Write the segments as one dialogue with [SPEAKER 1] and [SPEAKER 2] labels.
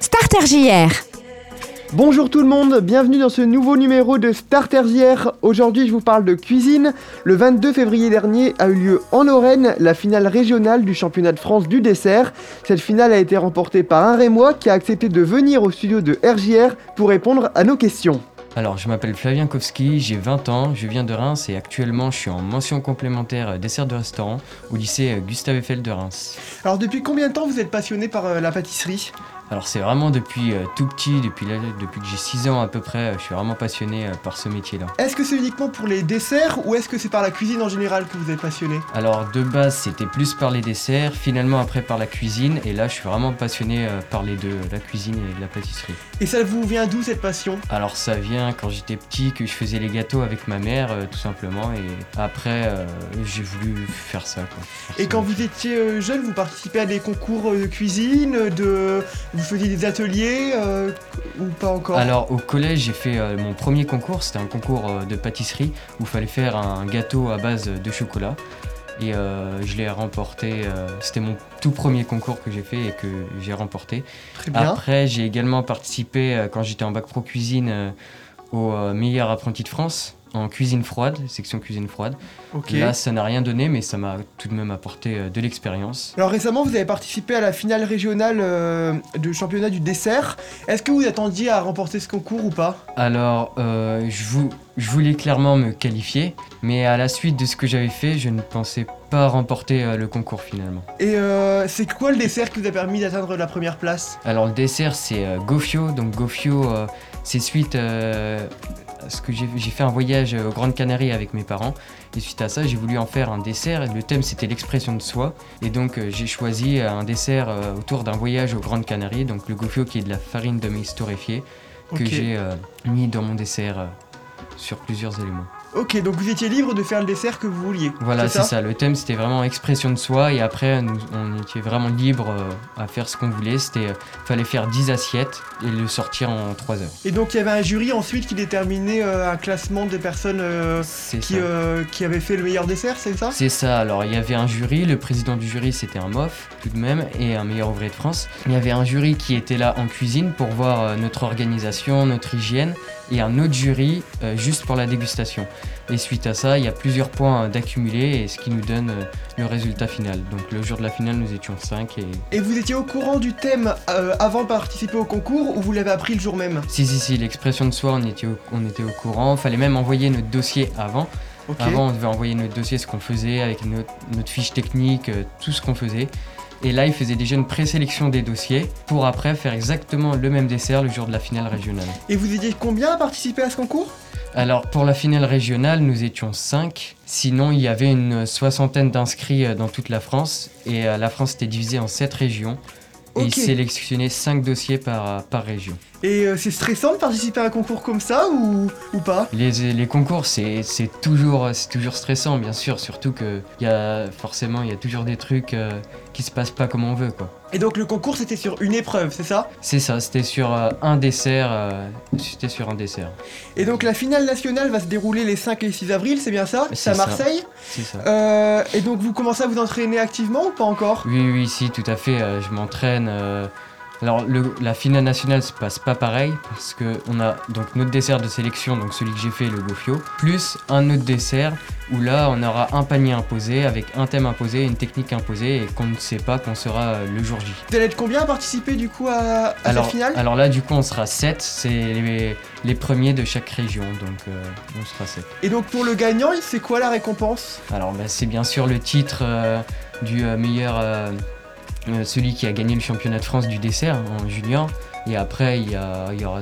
[SPEAKER 1] Starter JR.
[SPEAKER 2] Bonjour tout le monde, bienvenue dans ce nouveau numéro de Starter JR. Aujourd'hui, je vous parle de cuisine. Le 22 février dernier a eu lieu en Lorraine la finale régionale du championnat de France du dessert. Cette finale a été remportée par un Rémois qui a accepté de venir au studio de RJR pour répondre à nos questions.
[SPEAKER 3] Alors, je m'appelle Flavien Kowski, j'ai 20 ans, je viens de Reims et actuellement je suis en mention complémentaire euh, dessert de restaurant au lycée euh, Gustave Eiffel de Reims.
[SPEAKER 2] Alors, depuis combien de temps vous êtes passionné par euh, la pâtisserie
[SPEAKER 3] Alors, c'est vraiment depuis euh, tout petit, depuis, l'âge- depuis que j'ai 6 ans à peu près, euh, je suis vraiment passionné euh, par ce métier-là.
[SPEAKER 2] Est-ce que c'est uniquement pour les desserts ou est-ce que c'est par la cuisine en général que vous êtes passionné
[SPEAKER 3] Alors, de base, c'était plus par les desserts, finalement après par la cuisine et là, je suis vraiment passionné euh, par les deux, la cuisine et la pâtisserie.
[SPEAKER 2] Et ça vous vient d'où cette passion
[SPEAKER 3] Alors ça vient quand j'étais petit que je faisais les gâteaux avec ma mère euh, tout simplement et après euh, j'ai voulu faire ça quoi. Faire
[SPEAKER 2] Et
[SPEAKER 3] ça.
[SPEAKER 2] quand vous étiez euh, jeune, vous participez à des concours euh, de cuisine, euh, de... vous faisiez des ateliers euh, ou pas encore
[SPEAKER 3] Alors au collège j'ai fait euh, mon premier concours, c'était un concours euh, de pâtisserie où il fallait faire un gâteau à base de chocolat et euh, je l'ai remporté, euh, c'était mon tout premier concours que j'ai fait et que j'ai remporté.
[SPEAKER 2] Très bien.
[SPEAKER 3] Après j'ai également participé euh, quand j'étais en bac pro cuisine euh, au euh, meilleur apprenti de France en cuisine froide, section cuisine froide.
[SPEAKER 2] ok.
[SPEAKER 3] ah, Là, ça n'a rien donné, mais ça m'a tout de même apporté euh, de l'expérience.
[SPEAKER 2] Alors récemment, vous avez participé à la finale régionale euh, du championnat du dessert. Est-ce que vous attendiez à remporter ce concours ou pas
[SPEAKER 3] Alors, euh, je, vou- je voulais clairement me qualifier, mais à la suite de ce que j'avais fait, je ne pensais pas remporter euh, le concours finalement.
[SPEAKER 2] Et euh, c'est quoi le dessert qui vous a permis d'atteindre la première place
[SPEAKER 3] Alors, le dessert, c'est euh, Gofio. Donc, Gofio, euh, c'est suite euh, à ce que j'ai j'ai fait un voyage euh, aux Grandes Canaries avec mes parents. Et suite à ça, j'ai voulu en faire un dessert. Et le thème, c'était l'expression de soi. Et donc, euh, j'ai choisi un dessert euh, autour d'un voyage aux Grandes Canaries. Donc, le Gofio qui est de la farine de maïs torréfiée. que
[SPEAKER 2] Ok.
[SPEAKER 3] j'ai euh, mis dans mon dessert euh, sur plusieurs éléments.
[SPEAKER 2] Ok, donc vous étiez libre de faire le dessert que vous vouliez.
[SPEAKER 3] Voilà, c'est ça. Le thème, c'était vraiment expression de soi. Et après, nous- on était vraiment libre euh, à faire ce qu'on voulait. C'était, euh, fallait faire 10 assiettes et le sortir en 3 heures.
[SPEAKER 2] Et donc il y avait un jury ensuite qui déterminait euh, un classement des personnes euh,
[SPEAKER 3] C'est ça.
[SPEAKER 2] qui, euh, qui avaient fait le meilleur dessert, c'est ça
[SPEAKER 3] C'est ça, alors il y avait un jury, le président du jury c'était un MOF tout de même et un meilleur ouvrier de France. Il y avait un jury qui était là en cuisine pour voir euh, notre organisation, notre hygiène et un autre jury euh, juste pour la dégustation. Et suite à ça, il y a plusieurs points euh, d'accumuler et ce qui nous donne euh, le résultat final. Donc le jour de la finale nous étions 5 et...
[SPEAKER 2] Et vous étiez au courant du thème euh, avant de participer au concours ou vous l'avez appris le jour même
[SPEAKER 3] Si si si, l'expression de soi on était au, on était au courant, fallait même envoyer notre dossier avant.
[SPEAKER 2] Ok.
[SPEAKER 3] Avant, on devait envoyer notre dossier, ce qu'on faisait, avec notre, notre fiche technique, euh, tout ce qu'on faisait. Et là, ils faisaient déjà une présélection des dossiers pour après faire exactement le même dessert le jour de la finale régionale.
[SPEAKER 2] Et vous étiez combien à participer à ce concours
[SPEAKER 3] Alors, pour la finale régionale, nous étions 5. Sinon, il y avait une soixantaine d'inscrits euh, dans toute la France. Et euh, la France était divisée en 7 régions. Et
[SPEAKER 2] Ok.
[SPEAKER 3] ils sélectionnaient 5 dossiers par, euh, par région.
[SPEAKER 2] Et euh, c'est stressant de participer à un concours comme ça ou, ou pas
[SPEAKER 3] Les, les concours, c'est c'est toujours, c'est toujours stressant, bien sûr, surtout que y a, forcément, il y a toujours des trucs euh, qui se passent pas comme on veut. quoi.
[SPEAKER 2] Et donc le concours c'était sur une épreuve, c'est ça
[SPEAKER 3] C'est ça, c'était sur euh, un dessert. euh, c'était sur un dessert,
[SPEAKER 2] Et donc la finale nationale va se dérouler les 5 et 6 avril, c'est bien ça
[SPEAKER 3] C'est
[SPEAKER 2] C'est à
[SPEAKER 3] ça.
[SPEAKER 2] Marseille.
[SPEAKER 3] c'est ça.
[SPEAKER 2] Euh, et donc vous commencez à vous entraîner activement ou pas encore
[SPEAKER 3] Oui, oui, si, tout à fait, euh, je m'entraîne. euh, alors, le- la finale nationale se passe pas pareil, parce que on a donc notre dessert de sélection, donc celui que j'ai fait, le gofio, plus un autre dessert, où là, on aura un panier imposé, avec un thème imposé, une technique imposée, et qu'on ne sait pas qu'on sera euh, le jour J.
[SPEAKER 2] Vous allez être combien à participer du coup à, à
[SPEAKER 3] Alors,
[SPEAKER 2] cette finale
[SPEAKER 3] alors là, du coup, on sera 7. C'est les, les premiers de chaque région, donc euh, on sera 7.
[SPEAKER 2] Et donc pour le gagnant, c'est quoi la récompense
[SPEAKER 3] Alors, bah, c'est bien sûr le titre euh, du euh, meilleur, euh, euh, celui qui a gagné le championnat de France du dessert hein, en junior. Et après, il y, a, il y aura.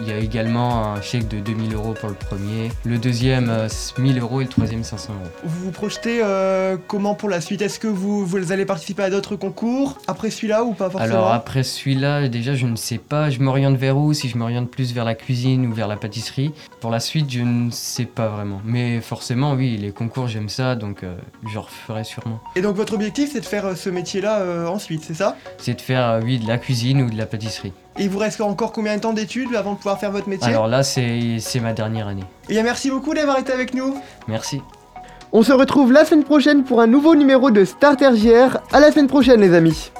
[SPEAKER 3] Il y a également un chèque de 2000 euros pour le premier, le deuxième euh, 1000 euros et le troisième 500 euros.
[SPEAKER 2] Vous vous projetez euh, comment pour la suite Est-ce que vous, vous allez participer à d'autres concours après celui-là ou pas forcément
[SPEAKER 3] Alors après celui-là, déjà je ne sais pas, je m'oriente vers où, si je m'oriente plus vers la cuisine ou vers la pâtisserie. Pour la suite, je ne sais pas vraiment. Mais forcément, oui, les concours, j'aime ça, donc euh, je referai sûrement.
[SPEAKER 2] Et donc votre objectif c'est de faire euh, ce métier-là euh, ensuite, c'est ça
[SPEAKER 3] C'est de faire, euh, oui, de la cuisine ou de la pâtisserie.
[SPEAKER 2] Et il vous reste encore combien de temps d'études avant de pouvoir faire votre métier
[SPEAKER 3] Alors là, c'est c'est ma dernière année.
[SPEAKER 2] Eh bien merci beaucoup d'avoir été avec nous
[SPEAKER 3] Merci.
[SPEAKER 2] On se retrouve la semaine prochaine pour un nouveau numéro de Starter JR. À la semaine prochaine les amis